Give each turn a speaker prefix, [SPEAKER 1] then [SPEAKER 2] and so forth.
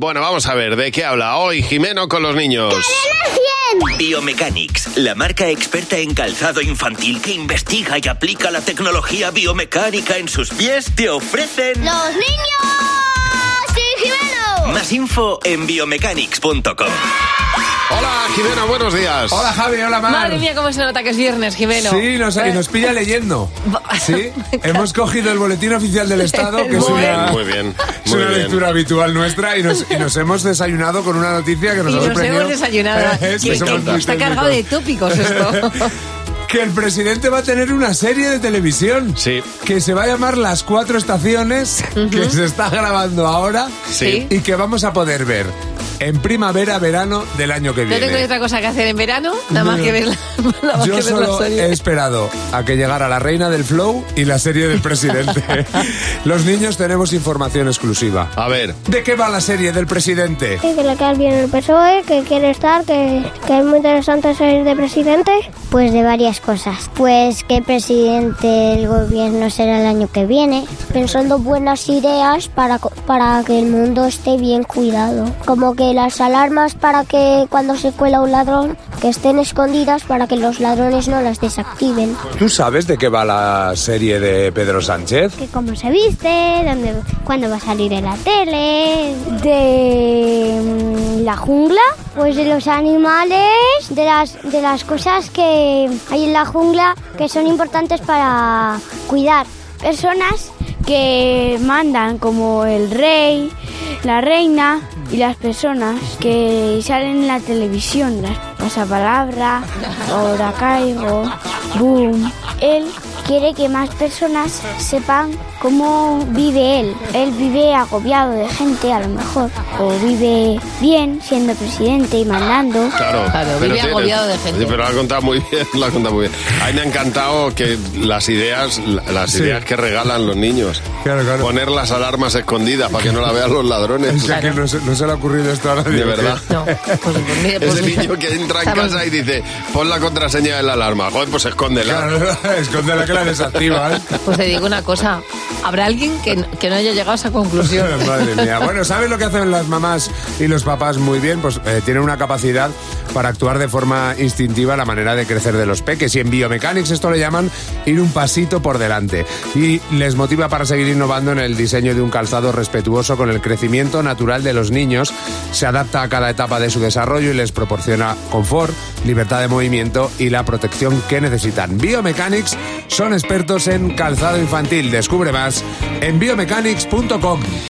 [SPEAKER 1] Bueno, vamos a ver, ¿de qué habla hoy Jimeno con los niños?
[SPEAKER 2] Biomechanics, la marca experta en calzado infantil que investiga y aplica la tecnología biomecánica en sus pies, te ofrecen
[SPEAKER 3] ¡Los niños! ¡Sí, Jimeno!
[SPEAKER 2] más info en biomechanics.com.
[SPEAKER 1] Hola Jimeno, buenos días.
[SPEAKER 4] Hola Javi, hola Mar.
[SPEAKER 5] Madre mía, cómo se nota que es viernes, Jimeno.
[SPEAKER 4] Sí, nos, y nos pilla leyendo. Sí, hemos cogido el boletín oficial del Estado, que es
[SPEAKER 5] Muy
[SPEAKER 4] una,
[SPEAKER 1] Muy bien,
[SPEAKER 4] es
[SPEAKER 1] muy
[SPEAKER 4] una
[SPEAKER 1] bien.
[SPEAKER 4] lectura habitual nuestra, y nos, y nos hemos desayunado con una noticia que nos
[SPEAKER 5] Y
[SPEAKER 4] ha
[SPEAKER 5] nos
[SPEAKER 4] sorprendido.
[SPEAKER 5] hemos desayunado.
[SPEAKER 4] Es que
[SPEAKER 5] Que-
[SPEAKER 4] somos
[SPEAKER 5] que
[SPEAKER 4] muy
[SPEAKER 5] está cargado de
[SPEAKER 4] técnicos.
[SPEAKER 5] tópicos esto.
[SPEAKER 4] Que el presidente va a tener una serie de televisión.
[SPEAKER 1] Sí.
[SPEAKER 4] Que se va a llamar Las Cuatro Estaciones, que se está grabando ahora.
[SPEAKER 1] Sí.
[SPEAKER 4] Y que vamos a poder ver en primavera, verano del año que
[SPEAKER 5] No
[SPEAKER 4] viene.
[SPEAKER 5] tengo otra cosa que hacer en verano, nada más que ver la, nada más
[SPEAKER 4] Yo
[SPEAKER 5] que ver la
[SPEAKER 4] solo
[SPEAKER 5] serie.
[SPEAKER 4] he esperado a que llegara la reina del flow y la serie del presidente. Los niños tenemos información exclusiva.
[SPEAKER 1] A ver,
[SPEAKER 4] ¿De qué va la serie del presidente?
[SPEAKER 6] Que, que le cae bien el PSOE, E, que quiere estar, que, que es muy interesante ser de presidente.
[SPEAKER 3] Pues de varias cosas. Pues que presidente del gobierno será el año que viene.
[SPEAKER 6] Pensando buenas ideas para, co- para que el mundo esté bien cuidado. Como que las alarmas para que cuando se cuela un ladrón, que estén escondidas para que los ladrones no las desactiven.
[SPEAKER 4] ¿Tú sabes de qué va la serie de Pedro Sánchez?
[SPEAKER 6] Que cómo se viste, dónde, cuándo va a salir en la tele. De mm, la jungla. Pues de los animales, de las, de las cosas que hay en la jungla que son importantes para cuidar. Personas que mandan como el rey, la reina y las personas que salen en la televisión, las pasapalabra, ahora caigo, boom. Él quiere que más personas sepan cómo vive él. Él vive agobiado de gente a lo mejor, o vive bien siendo presidente y mandando.
[SPEAKER 1] claro.
[SPEAKER 5] Claro, vive
[SPEAKER 1] tienes-
[SPEAKER 5] agobiado de gente.
[SPEAKER 1] Oye, pero lo ha contado muy bien, lo ha contado muy bien. A mí me ha encantado que las ideas, la- las
[SPEAKER 4] Sí.
[SPEAKER 1] ideas que regalan los niños.
[SPEAKER 4] Claro, claro.
[SPEAKER 1] Poner las alarmas escondidas para que no la vean los
[SPEAKER 4] Es
[SPEAKER 1] ladrones.
[SPEAKER 4] que no, se, no se le ha ocurrido esto a nadie.
[SPEAKER 1] De verdad.
[SPEAKER 5] No, pues, pues, mira,
[SPEAKER 1] Es
[SPEAKER 5] pues,
[SPEAKER 1] el niño que entra en
[SPEAKER 5] estamos-
[SPEAKER 1] casa y dice, pon la contraseña de la alarma. Joder, pues escóndela.
[SPEAKER 4] Claro, escóndela que la desactivas.
[SPEAKER 5] Pues te digo una cosa, habrá alguien que, que no haya llegado a esa conclusión.
[SPEAKER 4] Madre mía. Bueno, ¿sabes lo que hacen las mamás y los papás muy bien? Pues eh, tienen una capacidad para actuar de forma instintiva la manera de crecer de los peques. Y en Biomechanics esto le llaman ir un pasito por delante. Y les motiva para seguir innovando en el diseño de un calzado respetuoso con el crecimiento natural de los niños. Se adapta a cada etapa de su desarrollo y les proporciona confort, libertad de movimiento y la protección que necesitan. Biomechanics son expertos en calzado infantil. Descubre más en biomechanics.com.